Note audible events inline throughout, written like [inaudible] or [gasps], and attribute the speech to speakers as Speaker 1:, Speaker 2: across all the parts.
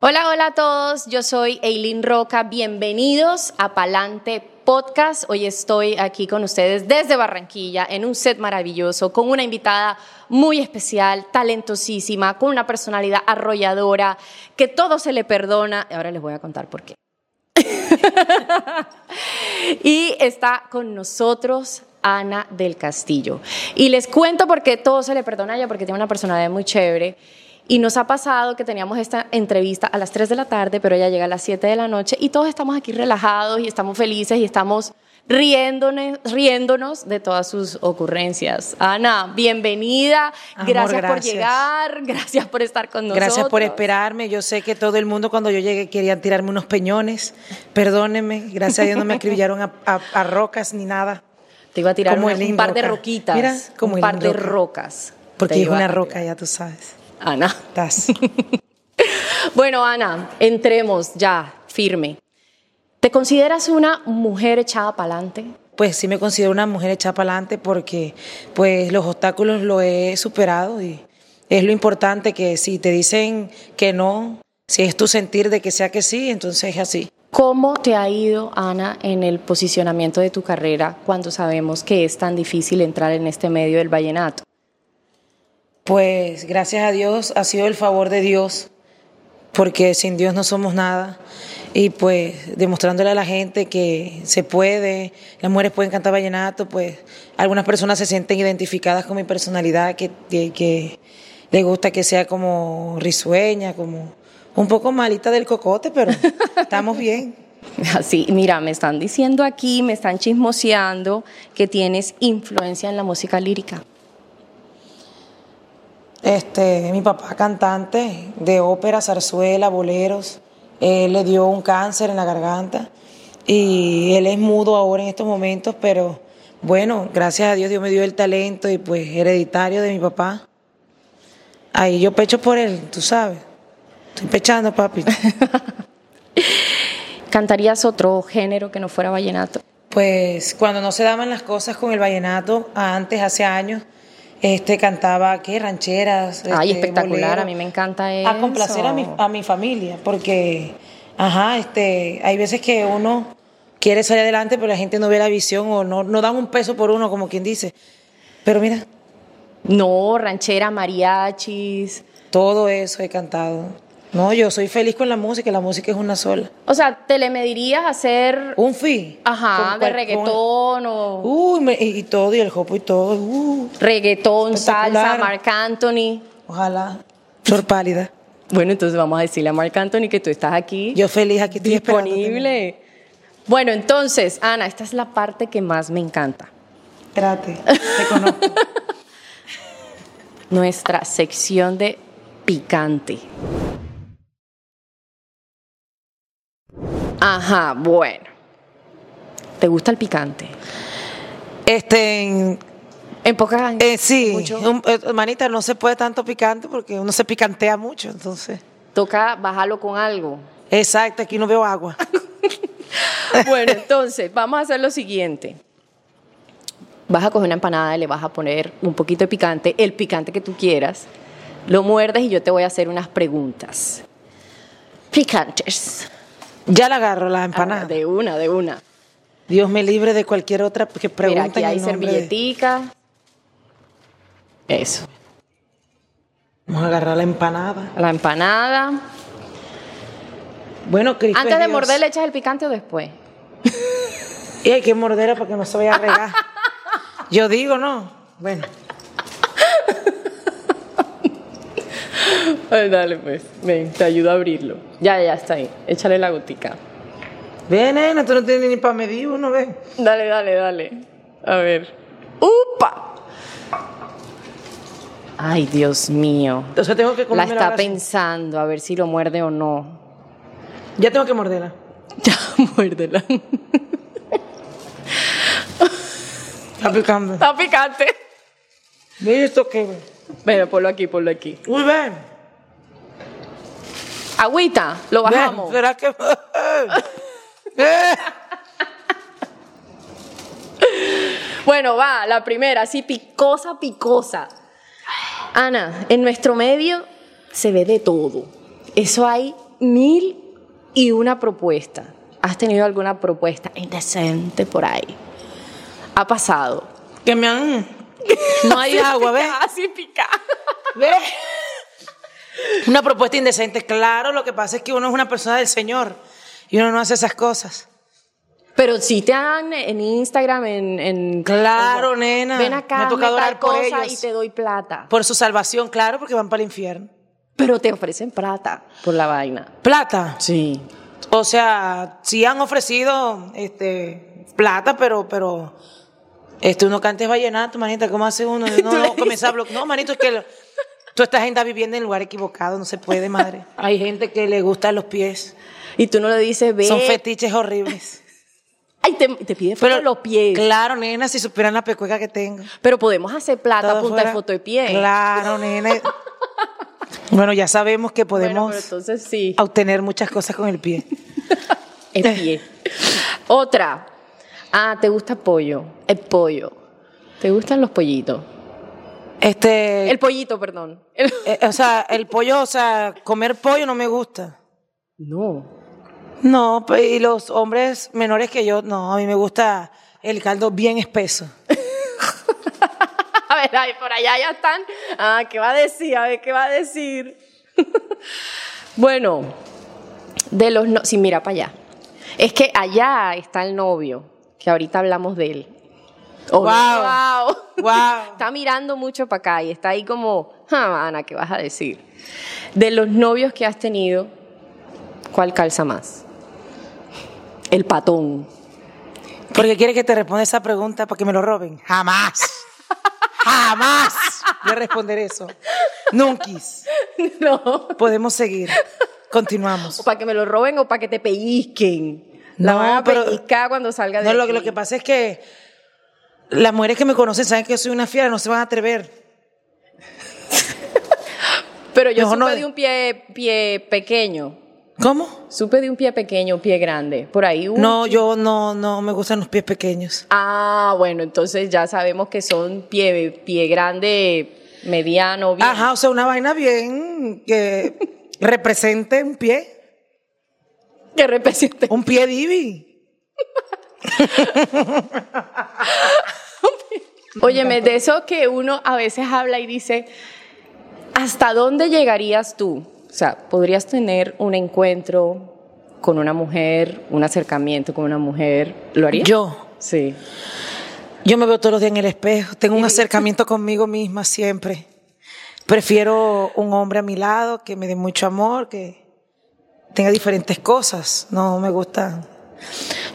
Speaker 1: Hola, hola a todos. Yo soy Eileen Roca. Bienvenidos a Palante Podcast. Hoy estoy aquí con ustedes desde Barranquilla en un set maravilloso con una invitada muy especial, talentosísima, con una personalidad arrolladora, que todo se le perdona. Ahora les voy a contar por qué. y está con nosotros Ana del Castillo. Y les cuento por qué todo se le perdona a ella, porque tiene una personalidad muy chévere. Y nos ha pasado que teníamos esta entrevista a las 3 de la tarde, pero ella llega a las 7 de la noche y todos estamos aquí relajados y estamos felices y estamos riéndonos, riéndonos de todas sus ocurrencias. Ana, bienvenida.
Speaker 2: Amor,
Speaker 1: gracias, por
Speaker 2: gracias.
Speaker 1: llegar, [laughs] gracias por estar con nosotros.
Speaker 2: Gracias por esperarme. Yo sé que todo el mundo cuando yo llegué querían tirarme unos peñones. Perdónenme. Gracias a Dios no me acribillaron a, a- a rocas ni nada.
Speaker 1: Te iba a tirar
Speaker 2: Como
Speaker 1: una-
Speaker 2: Eileen
Speaker 1: un par de
Speaker 2: Roca.
Speaker 1: roquitas,
Speaker 2: Mira, como
Speaker 1: un par de
Speaker 2: Eileen Roca.
Speaker 1: rocas.
Speaker 2: Porque
Speaker 1: Te
Speaker 2: es
Speaker 1: iba
Speaker 2: una
Speaker 1: a-
Speaker 2: roca, ya tú sabes.
Speaker 1: Ana.
Speaker 2: Estás.
Speaker 1: Bueno, Ana, entremos ya firme. ¿Te consideras una mujer echada para adelante?
Speaker 2: Pues sí me considero una mujer echada para adelante porque pues los obstáculos lo he superado y es lo importante que si te dicen que no, si es tu sentir de que sea que sí, entonces es así.
Speaker 1: ¿Cómo te ha ido, Ana, en el posicionamiento de tu carrera cuando sabemos que es tan difícil entrar en este medio del vallenato? [laughs]
Speaker 2: Pues gracias a Dios ha sido el favor de Dios, porque sin Dios no somos nada. Y pues demostrándole a la gente que se puede, las mujeres pueden cantar vallenato, pues algunas personas se sienten identificadas con mi personalidad, que, que, que le gusta que sea como risueña, como un poco malita del cocote, pero estamos bien.
Speaker 1: Así, mira, me están diciendo aquí, me están chismoseando que tienes influencia en la música lírica.
Speaker 2: Este, mi papá cantante de ópera, zarzuela, boleros. Él le dio un cáncer en la garganta y él es mudo ahora en estos momentos, pero bueno, gracias a Dios Dios me dio el talento y pues hereditario de mi papá. Ahí yo pecho por él, tú sabes. Estoy pechando,
Speaker 1: [laughs]
Speaker 2: papi.
Speaker 1: ¿Cantarías otro género que no fuera vallenato?
Speaker 2: Pues cuando no se daban las cosas con el vallenato, antes, hace años, este cantaba, ¿qué? Rancheras.
Speaker 1: Ay,
Speaker 2: este,
Speaker 1: espectacular,
Speaker 2: bolero.
Speaker 1: a mí me encanta
Speaker 2: A complacer a mi,
Speaker 1: eso.
Speaker 2: a mi familia, porque, ajá, este, hay veces que uno quiere salir adelante, pero la gente no ve la visión o no, no dan un peso por uno, como quien dice. Pero mira,
Speaker 1: No, ranchera, mariachis.
Speaker 2: todo eso he cantado. No, yo soy feliz con la música, y la música es una sola.
Speaker 1: O sea, ¿te le medirías a hacer,
Speaker 2: Un fin.
Speaker 1: ajá,
Speaker 2: Con
Speaker 1: de
Speaker 2: cual- con-
Speaker 1: reggaetón o
Speaker 2: Uy, me- y, y todo, y el jopo y todo. uh.
Speaker 1: reggaetón, salsa,
Speaker 2: espectacular.
Speaker 1: Marc Anthony?
Speaker 2: Ojalá. Flor pálida.
Speaker 1: Bueno, entonces vamos a decirle a Marc Anthony que tú estás aquí
Speaker 2: Yo feliz aquí estoy esperándote.
Speaker 1: disponible. Bueno, entonces, Ana, esta es la parte que más me encanta.
Speaker 2: Trate, te
Speaker 1: [laughs]
Speaker 2: conozco.
Speaker 1: Nuestra sección de picante. Ajá, bueno. ¿Te gusta el picante?
Speaker 2: Este, en-
Speaker 1: En pocas
Speaker 2: eh, sí,
Speaker 1: mucho.
Speaker 2: un- eh, hermanita, no se puede tanto picante porque uno se picantea mucho, entonces.
Speaker 1: Toca bajarlo con algo.
Speaker 2: Exacto, aquí no
Speaker 1: [laughs]
Speaker 2: veo agua.
Speaker 1: Bueno, entonces, vamos a hacer lo siguiente. Vas a coger una empanada y le vas a poner un poquito de picante, el picante que tú quieras. Lo muerdes y yo te voy a hacer unas preguntas. Picantes.
Speaker 2: Ya la agarro, la
Speaker 1: Ah,
Speaker 2: empanada.
Speaker 1: De una, de una.
Speaker 2: Dios me libre de cualquier otra que pregunte.
Speaker 1: Mira, aquí
Speaker 2: en
Speaker 1: hay
Speaker 2: el nombre de-
Speaker 1: servilletica. Eso.
Speaker 2: Vamos a agarrar la empanada.
Speaker 1: La empanada.
Speaker 2: Bueno, Cristo
Speaker 1: Antes
Speaker 2: es
Speaker 1: de
Speaker 2: Dios.
Speaker 1: morder, le echas el picante o después.
Speaker 2: Y hay que morderla para que no se vaya
Speaker 1: [laughs]
Speaker 2: a regar. Yo digo, no. Bueno,
Speaker 1: dale, pues. Ven, te ayudo a abrirlo. Ya, ya está ahí. Échale la gotica.
Speaker 2: ven, nena, tú no tienes ni para medir uno, ven.
Speaker 1: Dale, dale, dale. A ver. ¡Upa! Ay, Dios mío.
Speaker 2: Entonces tengo que
Speaker 1: La
Speaker 2: comerme
Speaker 1: está
Speaker 2: braza.
Speaker 1: pensando a ver si lo muerde o no.
Speaker 2: Ya tengo que morderla.
Speaker 1: [laughs] Ya, [laughs] muérdela. [laughs]
Speaker 2: Está picando.
Speaker 1: Está picante.
Speaker 2: Mira esto que, güey.
Speaker 1: Bueno, ponlo aquí, ponlo aquí.
Speaker 2: Uy, ven.
Speaker 1: Agüita, lo bajamos.
Speaker 2: Ven, ¿Será que.? [laughs]
Speaker 1: [laughs] Bueno, va, la primera, así picosa, picosa. Ana, en nuestro medio se ve de todo. Eso hay mil y una propuesta. ¿Has tenido alguna propuesta indecente por ahí? Ha pasado.
Speaker 2: Que me han... No hay agua, ¿ves?
Speaker 1: [laughs] Así pica.
Speaker 2: ¿Ves? [laughs] Una propuesta indecente. Claro, lo que pasa es que uno es una persona del Señor y uno no hace esas cosas.
Speaker 1: Pero si te dan en Instagram, en... en-
Speaker 2: Claro,
Speaker 1: como,
Speaker 2: nena.
Speaker 1: Ven
Speaker 2: Me
Speaker 1: acá,
Speaker 2: ha tocado
Speaker 1: hazme tal
Speaker 2: orar por
Speaker 1: cosa
Speaker 2: ellos.
Speaker 1: y te doy plata.
Speaker 2: Por su salvación, claro, porque van para el infierno.
Speaker 1: Pero te ofrecen plata por la vaina.
Speaker 2: Plata.
Speaker 1: Sí.
Speaker 2: O sea, sí han ofrecido este plata, pero, pero este, uno canta es vallenato, manita, ¿cómo hace [laughs] uno? No,
Speaker 1: Tú le
Speaker 2: no, comienza a bloque- No, manito, es que lo- toda esta gente está viviendo en el lugar equivocado, no se puede, madre. [laughs] Hay gente que le gustan los pies.
Speaker 1: Y tú no le dices, ve.
Speaker 2: Son fetiches horribles.
Speaker 1: Ay, te, te pide foto de los pies.
Speaker 2: Claro, nena, si supieran la pecueca que tengo.
Speaker 1: Pero podemos hacer plata a
Speaker 2: Todo
Speaker 1: punta
Speaker 2: fuera-
Speaker 1: de foto de pie.
Speaker 2: Claro, nena.
Speaker 1: [laughs]
Speaker 2: bueno, ya sabemos que
Speaker 1: Bueno,
Speaker 2: podemos Ah,
Speaker 1: pero entonces sí.
Speaker 2: obtener muchas cosas con el
Speaker 1: [laughs]
Speaker 2: pie.
Speaker 1: El pie. Otra. Ah, ¿te gusta pollo? El pollo. ¿Te gustan los pollitos?
Speaker 2: Este,
Speaker 1: El pollito, perdón. El- [laughs]
Speaker 2: eh, o sea, el pollo, o sea, comer pollo no me gusta.
Speaker 1: No.
Speaker 2: No, pe- y los hombres menores que yo, no, a mí me gusta el caldo
Speaker 1: [laughs]
Speaker 2: bien espeso.
Speaker 1: A ver, ahí por allá ya están. Ah, ¿qué va a decir? A ver, ¿qué va a decir? [laughs] bueno, de los no. Sí, mira para allá. Es que allá está el novio, que ahorita hablamos de él. Oh,
Speaker 2: Guau.
Speaker 1: guau.
Speaker 2: Guau.
Speaker 1: Está mirando mucho para acá y está ahí como, "Ah, Ana, ¿qué vas a decir? De los novios que has tenido, ¿cuál calza más? El patón. [laughs]
Speaker 2: Porque quiere que te responda esa pregunta para que me lo roben. Jamás. Jamás voy a responder eso. Nunca.
Speaker 1: no.
Speaker 2: Podemos seguir. Continuamos.
Speaker 1: O para que me lo roben o para que te pellizquen. La
Speaker 2: No,
Speaker 1: van a
Speaker 2: pero-
Speaker 1: pellizcar cuando salga de
Speaker 2: No, lo,
Speaker 1: aquí.
Speaker 2: lo que pasa es que las mujeres que me conocen saben que yo soy una fiera, no se van a atrever.
Speaker 1: Pero yo
Speaker 2: No,
Speaker 1: supe
Speaker 2: no.
Speaker 1: de un pie, pie pequeño.
Speaker 2: ¿Cómo?
Speaker 1: Supe de un pie pequeño, un pie grande. Por ahí un...
Speaker 2: No, yo no, no me gustan los pies pequeños.
Speaker 1: Ah, bueno, entonces ya sabemos que son pie, pie grande, mediano, bien.
Speaker 2: Ajá, o sea, una vaina bien que represente un pie,
Speaker 1: Que representa
Speaker 2: un pie divi.
Speaker 1: Óyeme, de eso que uno a veces habla y dice, ¿hasta dónde llegarías tú? O sea, podrías tener un encuentro con una mujer, un acercamiento con una mujer, ¿lo harías?
Speaker 2: Yo,
Speaker 1: Sí.
Speaker 2: yo me veo todos los días en el espejo, tengo un acercamiento conmigo misma siempre. Prefiero un hombre a mi lado que me dé mucho amor, que tenga diferentes cosas. No me gusta.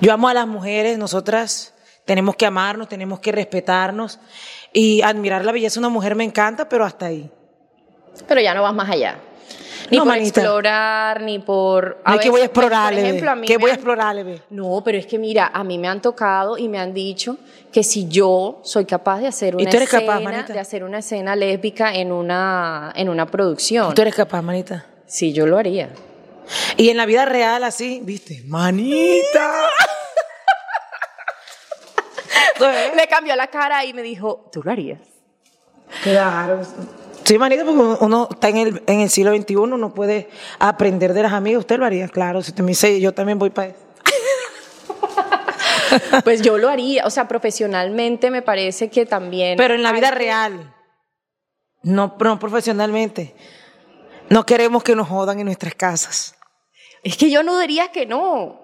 Speaker 2: Yo amo a las mujeres, nosotras tenemos que amarnos, tenemos que respetarnos y admirar la belleza de una mujer me encanta, pero hasta ahí.
Speaker 1: Pero ya no vas más allá. Ni
Speaker 2: No,
Speaker 1: por
Speaker 2: manita.
Speaker 1: explorar, ni por...
Speaker 2: No es
Speaker 1: veces, pues,
Speaker 2: que voy a explorar,
Speaker 1: Por ejemplo, a mí
Speaker 2: que
Speaker 1: me
Speaker 2: voy a
Speaker 1: han-
Speaker 2: explorar, Leve.
Speaker 1: No, pero es que mira, a mí me han tocado y me han dicho que si yo soy capaz de hacer una
Speaker 2: tú eres capaz,
Speaker 1: escena,
Speaker 2: manita?
Speaker 1: de hacer una escena lésbica en una en una producción,
Speaker 2: Tú eres capaz, manita.
Speaker 1: sí yo lo haría.
Speaker 2: Y en la vida real así, viste,
Speaker 1: [laughs]
Speaker 2: manita.
Speaker 1: Le cambió la cara y me dijo, "Tú lo
Speaker 2: [laughs]
Speaker 1: harías."
Speaker 2: claro. Sí, manita, porque uno está en el, en el siglo XXI, uno puede aprender de las amigas. Usted lo haría, claro. Si usted me dice, yo también voy para eso.
Speaker 1: Pues yo lo haría, o sea, profesionalmente me parece que también
Speaker 2: Pero en la vida
Speaker 1: hay-
Speaker 2: real, no, no profesionalmente. No queremos que nos jodan en nuestras casas.
Speaker 1: Es que yo no diría que no.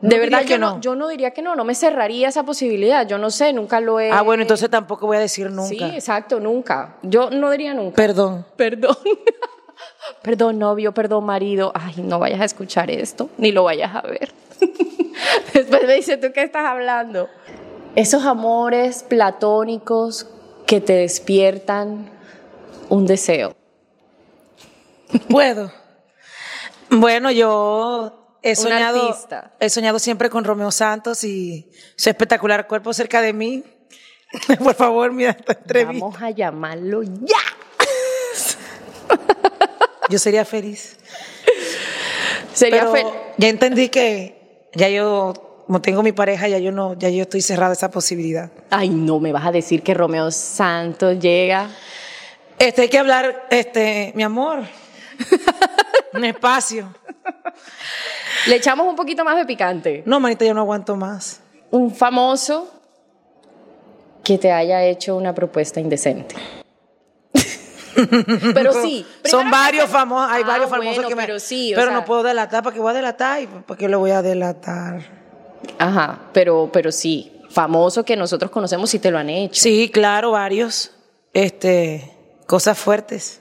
Speaker 2: No
Speaker 1: De
Speaker 2: diría
Speaker 1: verdad,
Speaker 2: que
Speaker 1: yo no.
Speaker 2: no.
Speaker 1: yo no diría que no, no me cerraría esa posibilidad, yo no sé, nunca lo he...
Speaker 2: Ah, bueno, entonces tampoco voy a decir
Speaker 1: Eh, Sí,
Speaker 2: nunca.
Speaker 1: exacto, nunca. Yo no diría nunca. [laughs]
Speaker 2: Perdón.
Speaker 1: Perdón. Perdón, novio, perdón, marido. Ay, no vayas a escuchar esto, ni lo vayas a ver. [laughs] Después me dice, ¿tú qué estás hablando? Esos amores platónicos que te despiertan un deseo.
Speaker 2: Puedo. Bueno, yo he
Speaker 1: Un
Speaker 2: soñado,
Speaker 1: artista.
Speaker 2: he soñado siempre con Romeo Santos y su espectacular cuerpo cerca de mí. [laughs] Por favor, mira esta entrevista.
Speaker 1: Vamos a llamarlo ya.
Speaker 2: Yo sería feliz.
Speaker 1: Sería
Speaker 2: Pero
Speaker 1: fel-
Speaker 2: ya entendí que ya yo, como tengo mi pareja, ya yo no, ya yo estoy cerrada a esa posibilidad.
Speaker 1: Ay, no me vas a decir que Romeo Santos llega. [laughs]
Speaker 2: Este, hay que hablar, este, mi amor, un espacio.
Speaker 1: Le echamos un poquito más de picante.
Speaker 2: No, manita, yo no aguanto más.
Speaker 1: Un famoso que te haya hecho una propuesta
Speaker 2: [laughs]
Speaker 1: indecente. pero sí.
Speaker 2: Son
Speaker 1: primero-
Speaker 2: varios famosos, hay
Speaker 1: Ah,
Speaker 2: varios famosos
Speaker 1: bueno,
Speaker 2: que me...
Speaker 1: pero sí, o
Speaker 2: pero
Speaker 1: sea-
Speaker 2: no puedo delatar, ¿para qué voy a delatar? ¿Y para qué lo voy a delatar?
Speaker 1: Ajá, pero, pero sí. Famoso que nosotros conocemos si te lo han hecho.
Speaker 2: Sí, claro, varios. Este, cosas
Speaker 1: [laughs]
Speaker 2: fuertes.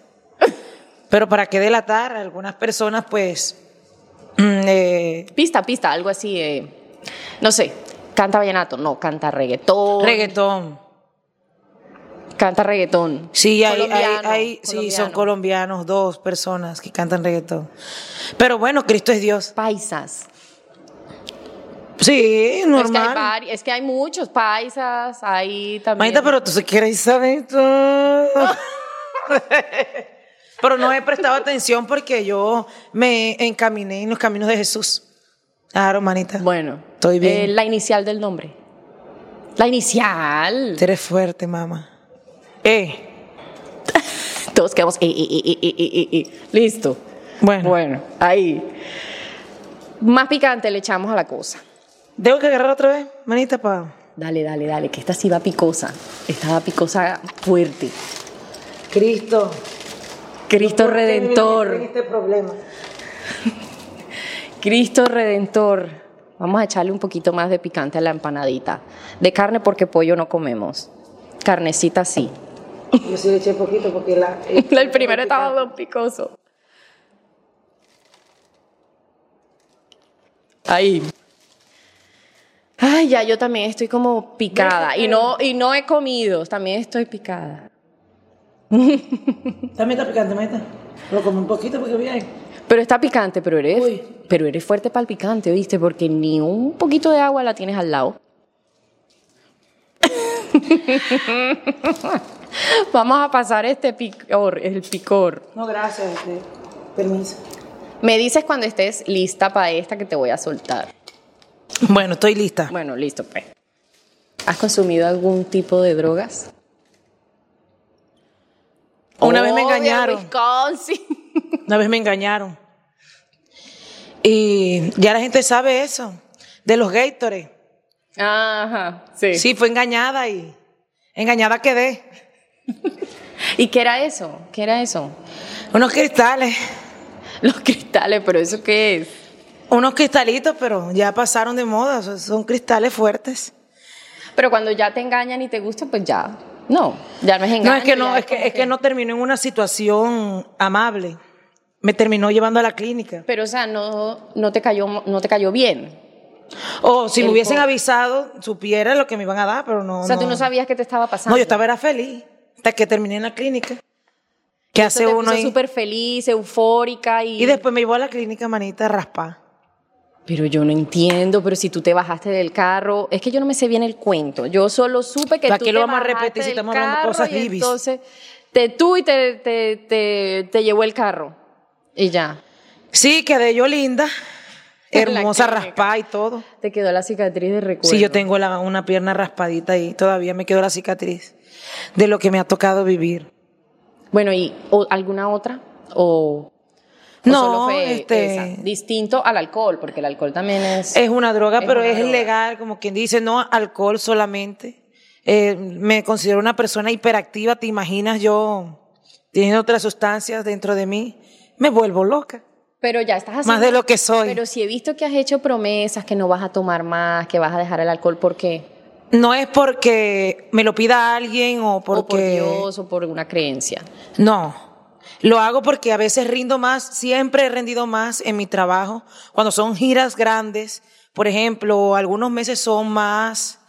Speaker 2: pero ¿para qué delatar? Algunas personas, pues... mm, eh,
Speaker 1: Pista, pista, algo así de. No sé. Canta vallenato, no, canta reggaetón.
Speaker 2: reggaetón.
Speaker 1: canta reggaetón.
Speaker 2: Sí, hay, hay,
Speaker 1: Colombiano,
Speaker 2: hay- sí, son
Speaker 1: colombiano.
Speaker 2: colombianos, dos personas que cantan reggaetón. Pero bueno, Cristo es Dios.
Speaker 1: Paisas.
Speaker 2: Sí,
Speaker 1: No, Es que, hay
Speaker 2: normal.
Speaker 1: vari- es que hay muchos paisas, hay también.
Speaker 2: Manita, pero tú si quieres saber todo.
Speaker 1: [laughs]
Speaker 2: pero no he prestado atención porque yo me encaminé en los caminos de Jesús. Claro, manita.
Speaker 1: Bueno,
Speaker 2: Estoy bien.
Speaker 1: eh, la inicial del nombre. La inicial.
Speaker 2: Tú eres fuerte, mamá. Eh,
Speaker 1: Todos quedamos. eh, eh, eh, eh, eh, eh, eh, eh. Listo.
Speaker 2: bueno.
Speaker 1: Bueno, ahí. Más picante le echamos a la cosa.
Speaker 2: Tengo que agarrar otra vez, manita, para...
Speaker 1: Dale, dale, dale, que esta sí va picosa. Esta va picosa fuerte.
Speaker 2: Cristo.
Speaker 1: Cristo
Speaker 2: ¿por qué me metiste
Speaker 1: Redentor.
Speaker 2: en Este problema?
Speaker 1: Cristo Redentor. Vamos a echarle un poquito más de picante a la empanadita. De carne porque pollo no comemos. Carnecita sí.
Speaker 2: Yo sí le eché poquito porque la... eh.
Speaker 1: [laughs] El primero estaba bien picoso. Ahí. Ay, ya yo también estoy como picada. Y no, y no he comido, también estoy picada.
Speaker 2: También está picante, maestra. Lo comí un poquito porque bien.
Speaker 1: Pero está picante, pero eres,
Speaker 2: Uy.
Speaker 1: pero eres fuerte para el picante, ¿viste? Porque ni un poquito de agua la tienes al lado. [laughs] Vamos a pasar este picor, el picor.
Speaker 2: No, gracias. este, Permiso.
Speaker 1: Me dices cuando estés lista para esta que te voy a soltar.
Speaker 2: Bueno, estoy lista.
Speaker 1: Bueno, listo, pues. ¿Has consumido algún tipo de drogas?
Speaker 2: Una vez me
Speaker 1: Obvio,
Speaker 2: engañaron.
Speaker 1: Wisconsin.
Speaker 2: Una vez me engañaron. Y ya la gente sabe eso. De los Gatorade.
Speaker 1: Ajá, sí.
Speaker 2: Sí, fue engañada y... Engañada quedé.
Speaker 1: ¿Y qué era eso? ¿Qué era eso?
Speaker 2: Unos cristales.
Speaker 1: Los cristales, pero ¿eso qué es?
Speaker 2: Unos cristalitos, pero ya pasaron de moda. Son- Son cristales fuertes.
Speaker 1: Pero cuando ya te engañan y te gusta, pues ya. No, ya no es engaño.
Speaker 2: No, es que no,
Speaker 1: ya
Speaker 2: es que,
Speaker 1: como
Speaker 2: es que no terminó en una situación amable. Me terminó llevando a la clínica.
Speaker 1: Pero, o sea, no, no, te, cayó, no te cayó bien.
Speaker 2: O si me
Speaker 1: El
Speaker 2: hubiesen
Speaker 1: po-
Speaker 2: avisado, supiera lo que me iban a dar, pero no.
Speaker 1: O sea, tú no sabías qué te estaba pasando.
Speaker 2: No, yo estaba era feliz hasta que terminé en la clínica. ¿Qué
Speaker 1: Eso
Speaker 2: hace
Speaker 1: te
Speaker 2: uno
Speaker 1: puso
Speaker 2: ahí?
Speaker 1: súper feliz, eufórica y...
Speaker 2: Y después me llevó a la clínica manita a raspar.
Speaker 1: Pero yo no entiendo, pero si tú te bajaste del carro, es que yo no me sé bien el cuento. Yo solo supe que
Speaker 2: ¿Para
Speaker 1: tú
Speaker 2: qué
Speaker 1: te
Speaker 2: lo vamos a
Speaker 1: bajaste
Speaker 2: repetir si
Speaker 1: del
Speaker 2: estamos hablando
Speaker 1: carro
Speaker 2: cosas
Speaker 1: y
Speaker 2: libis?
Speaker 1: Entonces, te, tú y te, te, te, te llevó el carro. Y ya.
Speaker 2: Sí, quedé yo linda,
Speaker 1: [laughs] En la
Speaker 2: hermosa,
Speaker 1: clínica.
Speaker 2: raspada y todo.
Speaker 1: Te quedó la cicatriz de recuerdo.
Speaker 2: Sí, yo tengo la- una pierna raspadita y todavía me quedó la cicatriz de lo que me ha tocado vivir.
Speaker 1: Bueno, ¿y o- alguna otra? ¿O, o
Speaker 2: No,
Speaker 1: solo fue
Speaker 2: este-
Speaker 1: esa? Distinto al alcohol, porque el alcohol también es...
Speaker 2: Es una droga,
Speaker 1: Es
Speaker 2: pero
Speaker 1: una
Speaker 2: es
Speaker 1: droga.
Speaker 2: legal, como quien dice, no alcohol solamente. Eh, me considero una persona hiperactiva, te imaginas yo teniendo otras sustancias dentro de mí, me vuelvo loca.
Speaker 1: Pero ya estás haciendo...
Speaker 2: Más de lo que soy.
Speaker 1: Pero si he visto que has hecho promesas, que no vas a tomar más, que vas a dejar el alcohol, ¿por qué?
Speaker 2: No es porque me lo pida alguien o
Speaker 1: O por
Speaker 2: porque...
Speaker 1: Dios o por una creencia.
Speaker 2: No. Lo hago porque a veces rindo más, siempre he rendido más en mi trabajo. Cuando son giras grandes, por ejemplo, algunos meses son más,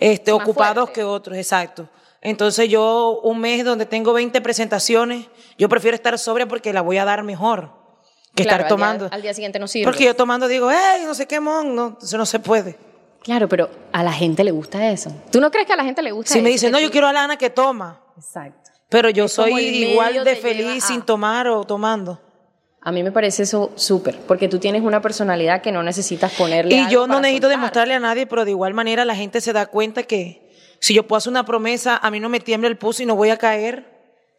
Speaker 2: este,
Speaker 1: Más
Speaker 2: ocupados
Speaker 1: fuerte.
Speaker 2: que otros, exacto. Entonces yo un mes donde tengo 20 presentaciones, yo prefiero estar sobria porque la voy a dar mejor que
Speaker 1: Claro,
Speaker 2: estar
Speaker 1: al día-
Speaker 2: tomando.
Speaker 1: Al día, siguiente no sirve.
Speaker 2: porque yo tomando digo, hey, no sé qué mon, no, eso no se puede.
Speaker 1: Claro, pero a la gente le gusta eso. ¿Tú no crees que a la gente le gusta
Speaker 2: Si
Speaker 1: eso?
Speaker 2: me dicen, no, yo quiero a Lana que toma,
Speaker 1: Exacto.
Speaker 2: pero yo
Speaker 1: Es como
Speaker 2: soy
Speaker 1: el medio
Speaker 2: igual de
Speaker 1: te lleva
Speaker 2: feliz
Speaker 1: a-
Speaker 2: sin tomar o tomando.
Speaker 1: A mí me parece eso súper, porque tú tienes una personalidad que no necesitas ponerle
Speaker 2: Y
Speaker 1: algo
Speaker 2: yo no
Speaker 1: para
Speaker 2: necesito
Speaker 1: soltar.
Speaker 2: demostrarle a nadie, pero de igual manera la gente se da cuenta que si yo puedo hacer una promesa, a mí no me tiembla el pulso y no voy a caer.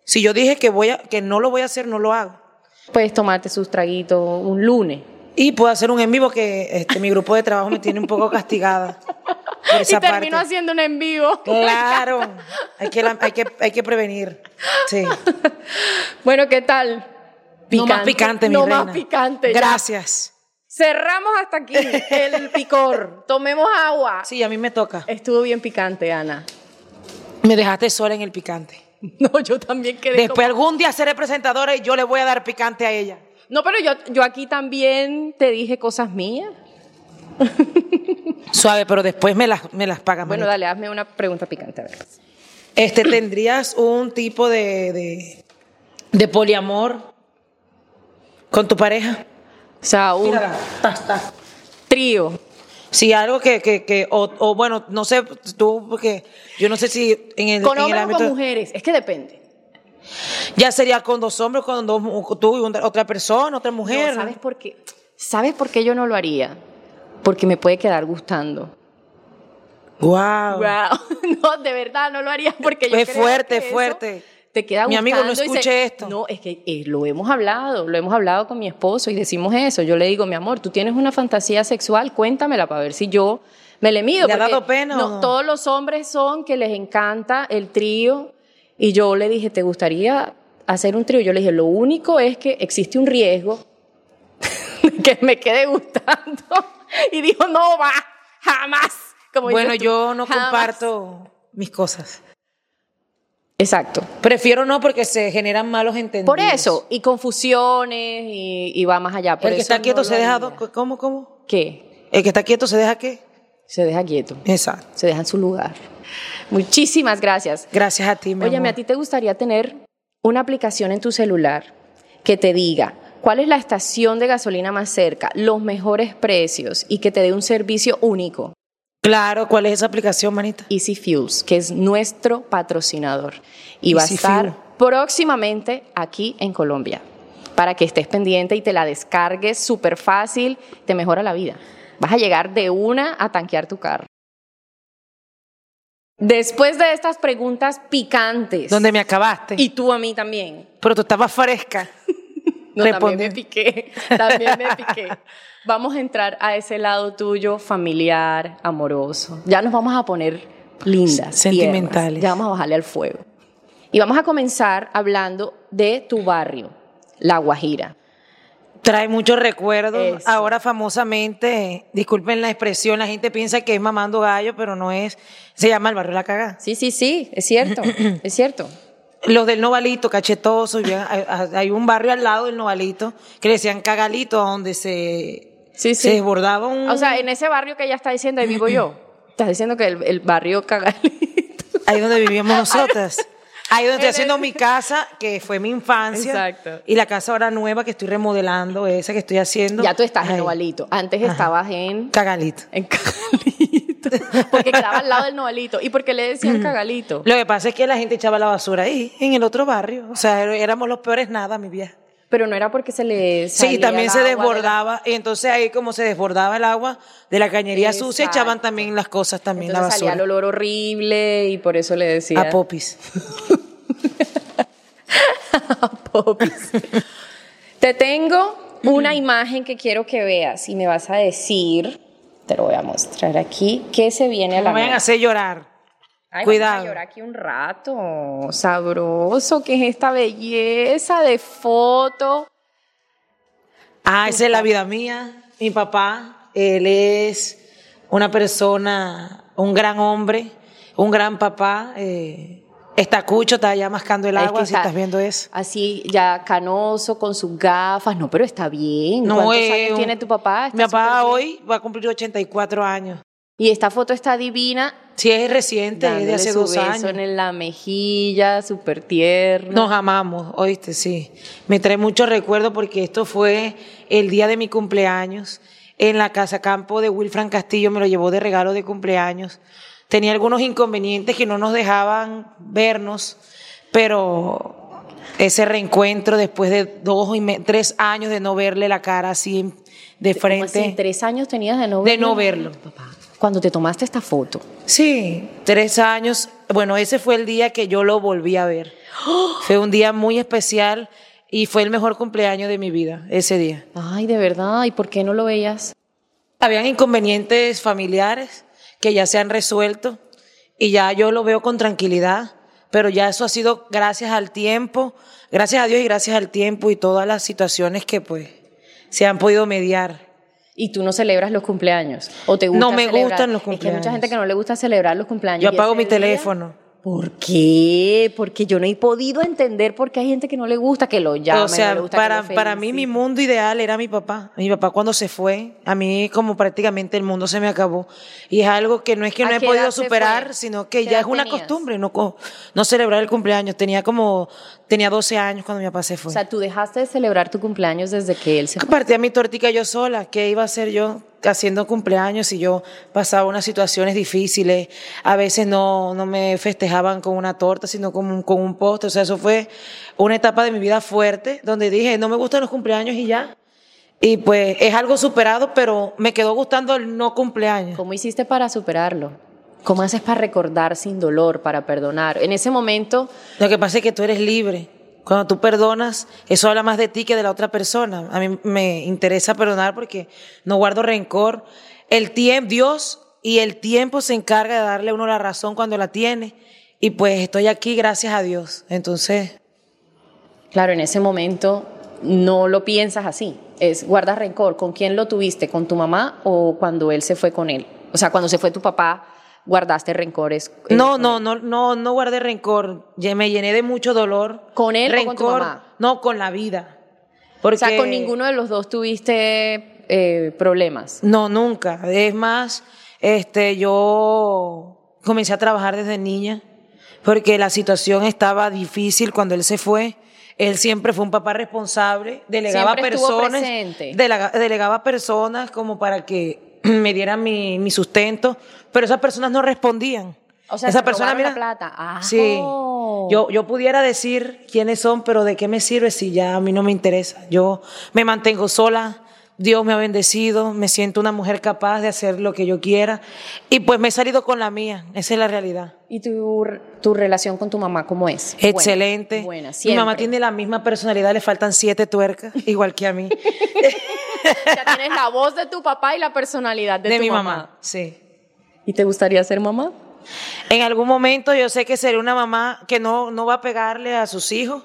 Speaker 2: Si yo dije que voy a, que no lo voy a hacer, no lo hago.
Speaker 1: Puedes tomarte sus traguitos un lunes.
Speaker 2: Y puedo hacer un en vivo que este, mi grupo de trabajo me tiene un
Speaker 1: [laughs]
Speaker 2: poco castigada. Por esa
Speaker 1: y termino
Speaker 2: parte.
Speaker 1: haciendo un en vivo.
Speaker 2: Claro, hay que, la- hay que, hay que prevenir.
Speaker 1: [laughs]
Speaker 2: Sí.
Speaker 1: Bueno, ¿qué tal?
Speaker 2: No más picante, mi
Speaker 1: No
Speaker 2: reina.
Speaker 1: más picante. ya.
Speaker 2: Gracias.
Speaker 1: Cerramos hasta aquí el picor. Tomemos agua.
Speaker 2: Sí, a mí me toca.
Speaker 1: Estuvo bien picante,
Speaker 2: [laughs]
Speaker 1: Ana.
Speaker 2: Me dejaste sola en el picante.
Speaker 1: No, yo también quedé
Speaker 2: Después algún día seré presentadora y yo le voy a dar picante a ella.
Speaker 1: como- No, pero yo, yo aquí también te dije cosas mías.
Speaker 2: Suave, pero después me las, me las pagas.
Speaker 1: Bueno,
Speaker 2: manito.
Speaker 1: dale, hazme una pregunta picante. A ver.
Speaker 2: Este, ¿Tendrías un tipo de, de, de poliamor con tu pareja?
Speaker 1: O sea, un
Speaker 2: Mírala, tas, tas.
Speaker 1: trío.
Speaker 2: Sí, algo que, que, que o, o bueno, no sé, tú, porque yo no sé si en el,
Speaker 1: Con
Speaker 2: en el
Speaker 1: hombres o
Speaker 2: ámbito...
Speaker 1: con mujeres. Es que depende.
Speaker 2: Ya sería con dos hombres, con dos, mu- tú y una- otra persona, otra mujer.
Speaker 1: No, ¿Sabes por qué? ¿Sabes por qué yo no lo haría? Porque me puede quedar gustando.
Speaker 2: Wow.
Speaker 1: Wow. [laughs] No, de verdad, no lo haría porque yo
Speaker 2: Pues Es
Speaker 1: creo
Speaker 2: fuerte,
Speaker 1: que
Speaker 2: es
Speaker 1: eso
Speaker 2: fuerte.
Speaker 1: Te queda
Speaker 2: Mi amigo, no
Speaker 1: gustando y se-
Speaker 2: escuche esto.
Speaker 1: No, es que eh, lo hemos hablado, lo hemos hablado con mi esposo y decimos eso. Yo le digo, mi amor, tú tienes una fantasía sexual, cuéntamela para ver si yo me le mido.
Speaker 2: ¿Le ha
Speaker 1: porque
Speaker 2: dado pena o no?
Speaker 1: Todos los hombres son que les encanta el trío y yo le dije, ¿te gustaría hacer un trío? Yo le dije, lo único es que existe un riesgo [laughs] que me quede gustando. [laughs] Y dijo, no va, jamás. Como
Speaker 2: Bueno,
Speaker 1: dices tú,
Speaker 2: yo no
Speaker 1: jamás.
Speaker 2: comparto mis cosas.
Speaker 1: Exacto.
Speaker 2: Prefiero no porque se generan malos entendidos.
Speaker 1: Por eso, y confusiones, y, y va más allá. Por
Speaker 2: El que
Speaker 1: eso
Speaker 2: está quieto
Speaker 1: no lo
Speaker 2: se deja...
Speaker 1: haría.
Speaker 2: do- ¿Cómo, cómo?
Speaker 1: ¿Qué?
Speaker 2: El que está quieto se deja qué?
Speaker 1: Se deja quieto,
Speaker 2: Exacto.
Speaker 1: se deja en su lugar. Muchísimas gracias.
Speaker 2: Gracias a ti, mi
Speaker 1: Óyeme,
Speaker 2: amor.
Speaker 1: ¿a ti te gustaría tener una aplicación en tu celular que te diga cuál es la estación de gasolina más cerca, los mejores precios y que te dé un servicio único?
Speaker 2: Claro, ¿cuál es esa aplicación, manita?
Speaker 1: Easy Fuels, que es nuestro patrocinador y va a
Speaker 2: Easy
Speaker 1: estar
Speaker 2: Fuel.
Speaker 1: próximamente aquí en Colombia para que estés pendiente y te la descargues súper fácil, te mejora la vida. Vas a llegar de una a tanquear tu carro. Después de estas preguntas picantes,
Speaker 2: Donde me acabaste.
Speaker 1: y tú a mí también,
Speaker 2: Pero tú estabas fresca.
Speaker 1: no, también
Speaker 2: Responde.
Speaker 1: me piqué, [laughs] también me piqué. Vamos a entrar a ese lado tuyo, familiar, amoroso. Ya nos vamos a poner lindas,
Speaker 2: Sentimentales.
Speaker 1: tiernas. Ya vamos a bajarle al fuego. Y vamos a comenzar hablando de tu barrio, La Guajira.
Speaker 2: [laughs] Trae muchos recuerdos.
Speaker 1: Eso.
Speaker 2: Ahora famosamente, disculpen la expresión, la gente piensa que es mamando gallo, pero no es. Se llama el barrio La Cagá.
Speaker 1: Sí, sí, sí, es
Speaker 2: [clears throat]
Speaker 1: cierto, es cierto.
Speaker 2: Los del Novalito, cachetosos. bien, hay, hay un barrio al lado del Novalito que le decían Cagalito, a donde se,
Speaker 1: Sí,
Speaker 2: se
Speaker 1: sí.
Speaker 2: desbordaba un...
Speaker 1: O sea, en ese barrio que ella está diciendo, ahí vivo yo.
Speaker 2: [clears throat]
Speaker 1: Estás diciendo que el, el barrio cagalito.
Speaker 2: ahí
Speaker 1: [laughs]
Speaker 2: donde vivíamos nosotras. Ahí donde estoy
Speaker 1: En
Speaker 2: haciendo
Speaker 1: el-
Speaker 2: mi casa, que fue mi infancia.
Speaker 1: Exacto.
Speaker 2: Y la casa ahora nueva que estoy remodelando, esa que estoy haciendo.
Speaker 1: Ya tú estás en
Speaker 2: Ahí.
Speaker 1: Novalito. Antes
Speaker 2: Ajá.
Speaker 1: estabas en
Speaker 2: Cagalito.
Speaker 1: En Cagalito. [laughs] Porque quedaba al lado del novelito. ¿Y por qué le decían Cagalito?
Speaker 2: Lo que pasa es que la gente echaba la basura ahí, en el otro barrio. O sea, er- éramos los peores nada, mi vieja.
Speaker 1: Pero no era porque se le
Speaker 2: Sí,
Speaker 1: salía
Speaker 2: también
Speaker 1: el
Speaker 2: se
Speaker 1: agua de la-
Speaker 2: desbordaba. Y entonces ahí como se desbordaba el agua de la cañería sucia,
Speaker 1: Exacto.
Speaker 2: echaban también las cosas, también
Speaker 1: Entonces salía
Speaker 2: la
Speaker 1: el
Speaker 2: basura.
Speaker 1: olor horrible y por eso le decía [laughs]
Speaker 2: A popis.
Speaker 1: a
Speaker 2: [laughs]
Speaker 1: Popis. Te tengo una imagen que quiero que veas y me vas a decir, te lo voy a mostrar aquí, qué se viene a
Speaker 2: No
Speaker 1: la
Speaker 2: me vayan a
Speaker 1: mente.
Speaker 2: hacer llorar.
Speaker 1: Ay,
Speaker 2: Cuidado.
Speaker 1: Vamos a llorar aquí un rato. Sabroso, que es esta belleza de foto.
Speaker 2: Ah, esa es la vida mía. Mi papá, él es una persona, un gran hombre, un gran papá. eh, está cucho, está allá mascando el
Speaker 1: Es que
Speaker 2: agua, si
Speaker 1: está
Speaker 2: estás viendo eso.
Speaker 1: Así, ya canoso, con sus gafas. No, pero está bien.
Speaker 2: No,
Speaker 1: ¿Cuántos
Speaker 2: eh,
Speaker 1: años
Speaker 2: un-
Speaker 1: tiene tu papá? Está
Speaker 2: Mi papá
Speaker 1: superbién.
Speaker 2: hoy va a cumplir 84 años.
Speaker 1: Y esta foto está divina.
Speaker 2: Sí, es reciente, es de
Speaker 1: dándole
Speaker 2: hace
Speaker 1: su
Speaker 2: dos
Speaker 1: beso
Speaker 2: años.
Speaker 1: en la mejilla, súper tierno.
Speaker 2: Nos amamos, oíste, sí. Me trae muchos recuerdos porque esto fue el día de mi cumpleaños. En la casa campo de Wilfran Castillo me lo llevó de regalo de cumpleaños. Tenía algunos inconvenientes que no nos dejaban vernos, pero ese reencuentro después de dos y me- tres años de no verle la cara así en- de
Speaker 1: Como así,
Speaker 2: frente.
Speaker 1: tres años tenías de no
Speaker 2: De
Speaker 1: verlo.
Speaker 2: no verlo.
Speaker 1: Papá, cuando te tomaste esta foto.
Speaker 2: Sí,
Speaker 1: [gasps]
Speaker 2: tres años. Bueno, ese fue el día que yo lo volví a ver. Fue un día muy especial. y fue el mejor cumpleaños de mi vida ese día.
Speaker 1: Ay, de verdad, ¿y por qué no lo veías?
Speaker 2: Habían inconvenientes familiares que ya se han resuelto y ya yo lo veo con tranquilidad, pero ya eso ha sido gracias al tiempo, gracias a Dios y gracias al tiempo y todas las situaciones que pues se han podido mediar.
Speaker 1: Y tú no celebras los cumpleaños. ¿O te gusta
Speaker 2: No me
Speaker 1: celebrar?
Speaker 2: gustan los
Speaker 1: Es que hay
Speaker 2: cumpleaños.
Speaker 1: mucha gente que no le gusta celebrar los cumpleaños.
Speaker 2: Yo
Speaker 1: y
Speaker 2: apago
Speaker 1: ese
Speaker 2: mi
Speaker 1: día-
Speaker 2: teléfono.
Speaker 1: ¿Por qué? Porque yo no he podido entender por qué hay gente que no le gusta que lo llame.
Speaker 2: o sea,
Speaker 1: no le gusta que
Speaker 2: para,
Speaker 1: lo
Speaker 2: para mí mi
Speaker 1: felicite.
Speaker 2: mundo ideal era mi papá. Mi papá cuando se fue, a mí como prácticamente el mundo se me acabó. Y es algo que no es que
Speaker 1: ¿A
Speaker 2: no he
Speaker 1: qué edad
Speaker 2: podido
Speaker 1: se fue?
Speaker 2: superar, sino que
Speaker 1: ¿Qué
Speaker 2: ya
Speaker 1: edad
Speaker 2: es una
Speaker 1: tenías?
Speaker 2: costumbre no, co- no celebrar el cumpleaños. Tenía como, tenía 12 años cuando mi papá se fue.
Speaker 1: O sea, tú dejaste de celebrar tu cumpleaños desde que él se fue.
Speaker 2: Partía mi tortica yo sola. ¿Qué iba a hacer yo haciendo cumpleaños si yo pasaba unas situaciones difíciles? A veces no, no me festejaban con una torta, sino con un, con un postre. O sea, eso fue una etapa de mi vida fuerte donde dije, no me gustan los cumpleaños y ya. Y pues es algo superado, pero me quedó gustando el no cumpleaños.
Speaker 1: ¿Cómo hiciste para superarlo? ¿Cómo haces para recordar sin dolor, para perdonar? En ese momento,
Speaker 2: Lo que pasa es que tú eres libre. Cuando tú perdonas, eso habla más de ti que de la otra persona. A mí me interesa perdonar porque no guardo rencor. El tiempo, Dios y el tiempo se encarga de darle a uno la razón cuando la tiene. Y pues estoy aquí gracias a Dios. Entonces,
Speaker 1: claro, en ese momento no lo piensas así. Es guardas rencor. ¿Con quién lo tuviste? ¿Con tu mamá o cuando él se fue con él? O sea, cuando se fue tu papá, guardaste rencores. eh,
Speaker 2: no,
Speaker 1: con
Speaker 2: no,
Speaker 1: él.
Speaker 2: no, no, no guardé rencor. Ya Me llené de mucho dolor.
Speaker 1: ¿Con él o con
Speaker 2: rencor,
Speaker 1: tu mamá?
Speaker 2: No, con la vida.
Speaker 1: O sea,
Speaker 2: Porque-
Speaker 1: con ninguno de los dos tuviste eh, problemas.
Speaker 2: No, nunca. Es más, este, yo comencé a trabajar desde niña porque la situación estaba difícil cuando él se fue. Él siempre fue un papá responsable, delegaba
Speaker 1: Siempre estuvo
Speaker 2: personas,
Speaker 1: presente.
Speaker 2: delega- delegaba personas como para que [clears throat] me dieran mi, mi sustento, pero esas personas no respondían.
Speaker 1: O sea,
Speaker 2: Esa
Speaker 1: se robaron la plata. Ah.
Speaker 2: sí. Yo, yo pudiera decir quiénes son, pero de qué me sirve si ya a mí no me interesa. Yo me mantengo sola, Dios me ha bendecido, me siento una mujer capaz de hacer lo que yo quiera y pues me he salido con la mía, esa es la realidad.
Speaker 1: ¿Y tu, tu relación con tu mamá cómo es? Buena,
Speaker 2: Excelente.
Speaker 1: Buena, siempre.
Speaker 2: Mi mamá tiene la misma personalidad, le faltan siete tuercas, [laughs] igual que a mí,
Speaker 1: [laughs] Ya tienes la voz de tu papá y la personalidad de,
Speaker 2: de
Speaker 1: tu
Speaker 2: mi
Speaker 1: mamá.
Speaker 2: mamá. Sí.
Speaker 1: ¿Y te gustaría ser mamá?
Speaker 2: En algún momento yo sé que seré una mamá que no, no va a pegarle a sus hijos,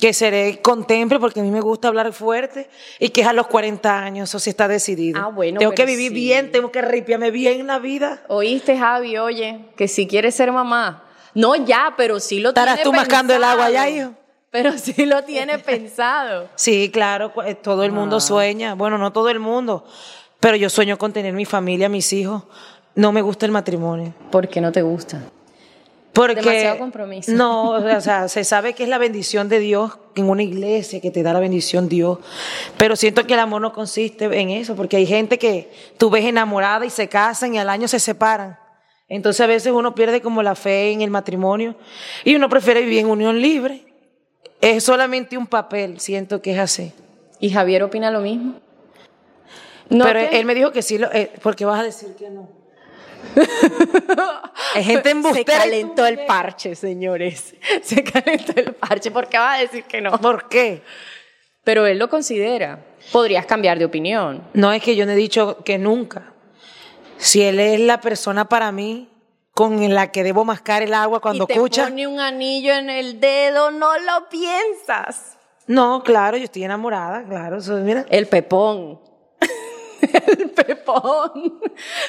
Speaker 2: que seré contemple porque a mí me gusta hablar fuerte y que es a los 40 años, eso sí está decidido.
Speaker 1: Ah, bueno,
Speaker 2: Tengo que
Speaker 1: pero
Speaker 2: vivir
Speaker 1: sí.
Speaker 2: bien, tengo que ripiarme bien la vida.
Speaker 1: Oíste, Javi, oye, que si quieres ser mamá. No ya, pero sí lo
Speaker 2: Estarás
Speaker 1: tiene
Speaker 2: tú mascando el
Speaker 1: pensado.
Speaker 2: agua ya, hijo.
Speaker 1: Pero sí lo
Speaker 2: [laughs]
Speaker 1: tiene pensado.
Speaker 2: Sí, claro, cu- eh, todo el
Speaker 1: Ah.
Speaker 2: mundo sueña, bueno, no todo el mundo, pero yo sueño con tener mi familia, mis hijos. No me gusta el matrimonio.
Speaker 1: ¿Por qué no te gusta?
Speaker 2: Porque
Speaker 1: Demasiado compromiso.
Speaker 2: No, o sea, se sabe que es la bendición de Dios en una iglesia que te da la bendición Dios, pero siento que el amor no consiste en eso, porque hay gente que tú ves enamorada y se casan y al año se separan. Entonces a veces uno pierde como la fe en el matrimonio y uno prefiere vivir en unión libre. Es solamente un papel, siento que es así.
Speaker 1: ¿Y Javier opina lo mismo? No,
Speaker 2: pero
Speaker 1: ¿qué?
Speaker 2: él me dijo que sí, lo, eh, porque vas a decir
Speaker 1: [laughs]
Speaker 2: que no. Hay gente
Speaker 1: Se
Speaker 2: embustera. y tú-
Speaker 1: calentó el parche, señores. [laughs] Se calentó el parche. ¿Por qué va a decir que no?
Speaker 2: ¿Por qué?
Speaker 1: Pero él lo considera. Podrías cambiar de opinión.
Speaker 2: No es que yo no he dicho que nunca. Si él es la persona para mí con la que debo mascar el agua cuando
Speaker 1: y te
Speaker 2: escucha.
Speaker 1: pone un anillo en el dedo, no lo piensas.
Speaker 2: No, claro, yo estoy enamorada, claro. eso, mira.
Speaker 1: El pepón. [laughs] el pepón.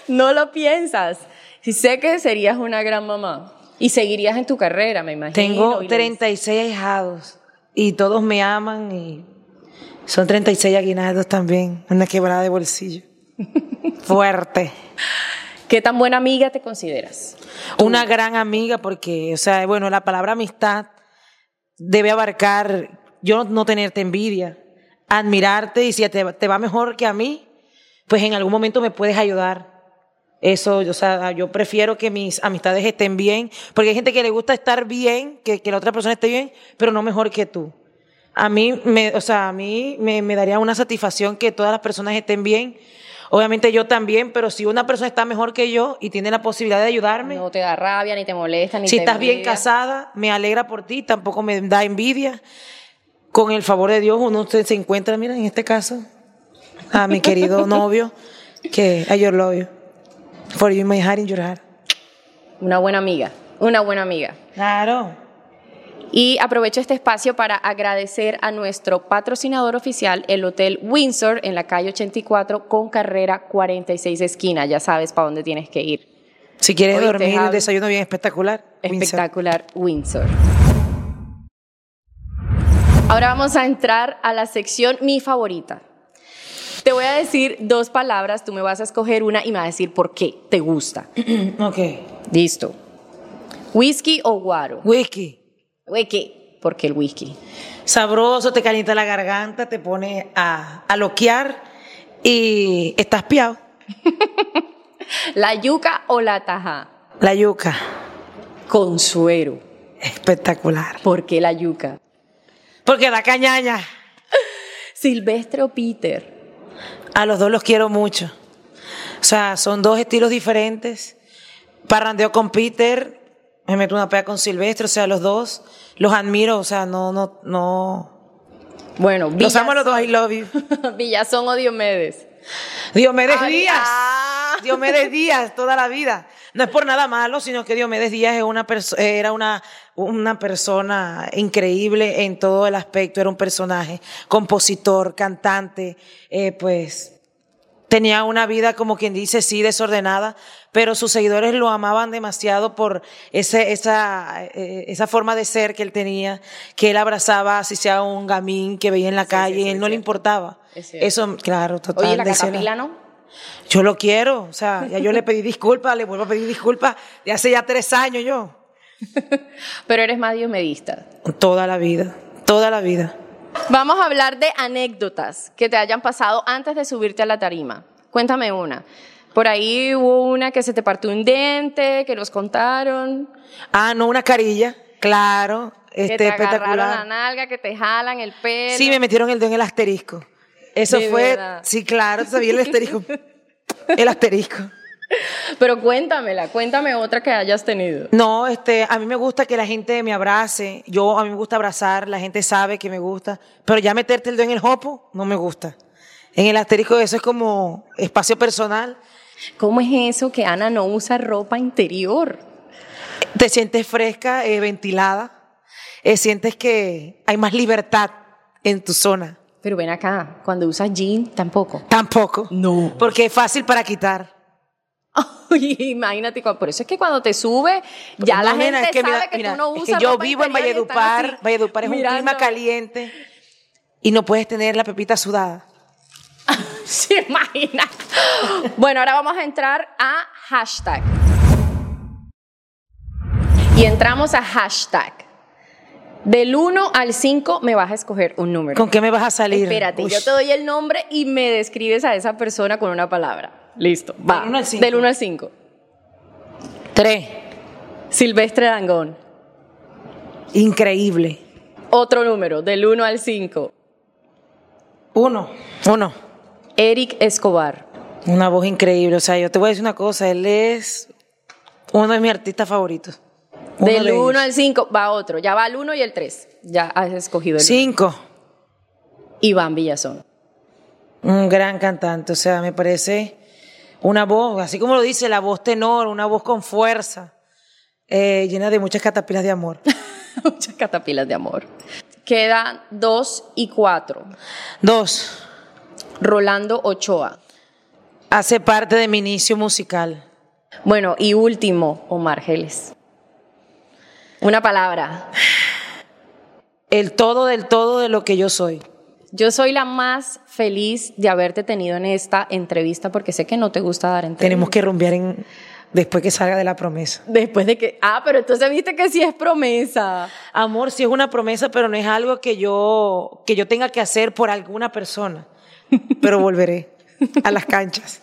Speaker 1: No lo piensas. Y sé que serías una gran mamá. Y seguirías en tu carrera, me imagino.
Speaker 2: Tengo
Speaker 1: y le-
Speaker 2: 36 ahijados y todos me aman y son 36 aguinaldos también. Una quebrada de bolsillo.
Speaker 1: [laughs]
Speaker 2: Fuerte.
Speaker 1: ¿Qué tan buena amiga te consideras?
Speaker 2: Una gran amiga porque, o sea, bueno, la palabra amistad debe abarcar yo no, no tenerte envidia, admirarte y si te, te va mejor que a mí, pues en algún momento me puedes ayudar. Eso, o sea, yo prefiero que mis amistades estén bien, porque hay gente que le gusta estar bien, que, que la otra persona esté bien, pero no mejor que tú. A mí, me, o sea, a mí me, me daría una satisfacción que todas las personas estén bien. Obviamente yo también, pero si una persona está mejor que yo y tiene la posibilidad de ayudarme,
Speaker 1: No te da rabia, ni te molesta, ni
Speaker 2: si
Speaker 1: te
Speaker 2: estás bien
Speaker 1: envidia.
Speaker 2: casada, me alegra por ti, tampoco me da envidia. con el favor de Dios uno se encuentra, mira, en este caso, a
Speaker 1: [laughs]
Speaker 2: mi querido novio, que I your love you. For you my heart in your heart.
Speaker 1: Una buena amiga, una buena amiga.
Speaker 2: Claro.
Speaker 1: Y aprovecho este espacio para agradecer a nuestro patrocinador oficial, el Hotel Windsor, en la calle 84 con carrera 46 esquina. Ya sabes para dónde tienes que ir.
Speaker 2: Si quieres
Speaker 1: Oíste,
Speaker 2: dormir,
Speaker 1: Javi.
Speaker 2: un desayuno bien espectacular. Windsor.
Speaker 1: Espectacular Windsor. Ahora vamos a entrar a la sección mi favorita. Te voy a decir dos palabras, tú me vas a escoger una y me vas a decir por qué te gusta.
Speaker 2: Mm, Ok.
Speaker 1: Listo. ¿Whisky o guaro?
Speaker 2: Whisky.
Speaker 1: Whisky. ¿Por qué el whisky?
Speaker 2: Sabroso, te calienta la garganta, te pone a, a loquear y estás piado.
Speaker 1: ¿La yuca o la tajá?
Speaker 2: La yuca.
Speaker 1: Consuero.
Speaker 2: Espectacular.
Speaker 1: ¿Por qué la yuca?
Speaker 2: Porque da cañaña.
Speaker 1: Silvestre o Peter.
Speaker 2: A los dos los quiero mucho. O sea, son dos estilos diferentes. Parrandeo con Peter, me meto una pega con Silvestre, o sea, los dos los admiro, o sea, no, no, no.
Speaker 1: Bueno, Villas,
Speaker 2: Los amo a los dos, I love you.
Speaker 1: [laughs] Villazón o Diomedes.
Speaker 2: Diomedes
Speaker 1: Ay,
Speaker 2: Díaz.
Speaker 1: ah.
Speaker 2: Diomedes Díaz toda la vida. No es por nada malo, sino que Diomedes Díaz es una perso- era una, una persona increíble en todo el aspecto. Era un personaje, compositor, cantante, eh, pues tenía una vida como quien dice, sí, desordenada, pero sus seguidores lo amaban demasiado por ese, esa, eh, esa forma de ser que él tenía, que él abrazaba, si sea un gamín que veía en la calle,
Speaker 1: sí,
Speaker 2: él
Speaker 1: es
Speaker 2: no le
Speaker 1: cierto.
Speaker 2: importaba.
Speaker 1: Es cierto.
Speaker 2: Eso, claro, total.
Speaker 1: Oye, la
Speaker 2: decía la-
Speaker 1: catapila, ¿no?
Speaker 2: yo lo quiero, o sea, ya yo le pedí disculpas, le vuelvo a pedir disculpas de hace ya tres años yo.
Speaker 1: Pero eres más diomedista.
Speaker 2: Toda la vida, toda la vida.
Speaker 1: Vamos a hablar de anécdotas que te hayan pasado antes de subirte a la tarima. Cuéntame una. Por ahí hubo una que se te partió un dente, que los contaron,
Speaker 2: Ah, no, una carilla, claro,
Speaker 1: que
Speaker 2: este
Speaker 1: te agarraron la
Speaker 2: espectacular.
Speaker 1: nalga, que te jalan el pelo.
Speaker 2: Sí, me metieron el dedo en el asterisco. Eso
Speaker 1: De
Speaker 2: fue,
Speaker 1: verdad.
Speaker 2: sí, claro, sabía el asterisco. El asterisco.
Speaker 1: Pero cuéntamela, cuéntame otra que hayas tenido.
Speaker 2: No, este, a mí me gusta que la gente me abrace. Yo, a mí me gusta abrazar, la gente sabe que me gusta. Pero ya meterte el dedo en el hopo, no me gusta. En el asterisco, eso es como espacio personal.
Speaker 1: ¿Cómo es eso que Ana no usa ropa interior?
Speaker 2: Te sientes fresca, eh, ventilada, eh, sientes que hay más libertad en tu zona.
Speaker 1: Pero ven acá, cuando usas jean tampoco.
Speaker 2: Tampoco.
Speaker 1: No. [laughs]
Speaker 2: Porque es fácil para quitar.
Speaker 1: imagínate, cu- por eso es que cuando te sube, ya la
Speaker 2: No, nena,
Speaker 1: gente
Speaker 2: es
Speaker 1: sabe
Speaker 2: mira,
Speaker 1: que
Speaker 2: mira,
Speaker 1: tú no
Speaker 2: es
Speaker 1: usas
Speaker 2: que yo
Speaker 1: ropa
Speaker 2: vivo en
Speaker 1: interior y están así,
Speaker 2: Valledupar. Valledupar es un clima
Speaker 1: mirando. [laughs]
Speaker 2: caliente y no puedes tener la pepita sudada.
Speaker 1: Sí, imagina. [laughs] Bueno, ahora vamos a entrar a hashtag. Y entramos a hashtag. Del 1 al 5 me vas a escoger un número.
Speaker 2: ¿Con qué me vas a salir?
Speaker 1: Espérate,
Speaker 2: Ush.
Speaker 1: yo te doy el nombre y me describes a esa persona con una palabra. Listo, va.
Speaker 2: Del uno al cinco.
Speaker 1: Del 1 al 5.
Speaker 2: Tres.
Speaker 1: Silvestre Dangón.
Speaker 2: Increíble.
Speaker 1: Otro número, del 1 al 5.
Speaker 2: Uno. Uno.
Speaker 1: Eric Escobar.
Speaker 2: Una voz increíble. O sea, yo te voy a decir una cosa. Él es uno de mis artistas favoritos. Uno
Speaker 1: Del
Speaker 2: de
Speaker 1: 1
Speaker 2: ellos.
Speaker 1: al 5 va otro. Ya va el 1 y el 3. Ya has escogido el
Speaker 2: Cinco.
Speaker 1: uno. Iván Villazón. [laughs]
Speaker 2: Un gran cantante, o sea, me parece una voz, así como lo dice, la voz tenor, una voz con fuerza, eh, llena de muchas catapilas de amor.
Speaker 1: Muchas catapilas de amor. Quedan 2 y 4.
Speaker 2: Dos,
Speaker 1: Rolando Ochoa.
Speaker 2: hace parte de mi inicio musical.
Speaker 1: Bueno, y último, Omar Geles. Una palabra.
Speaker 2: El todo del todo de lo que yo soy.
Speaker 1: Yo soy la más feliz de haberte tenido en esta entrevista porque sé que no te gusta dar entrevistas.
Speaker 2: Tenemos que rumbear en, después que salga de la promesa.
Speaker 1: Después de que. Ah, pero entonces viste que sí es promesa.
Speaker 2: Amor, sí es una promesa, pero no es algo que yo, que yo tenga que hacer por alguna persona. Pero volveré a las canchas.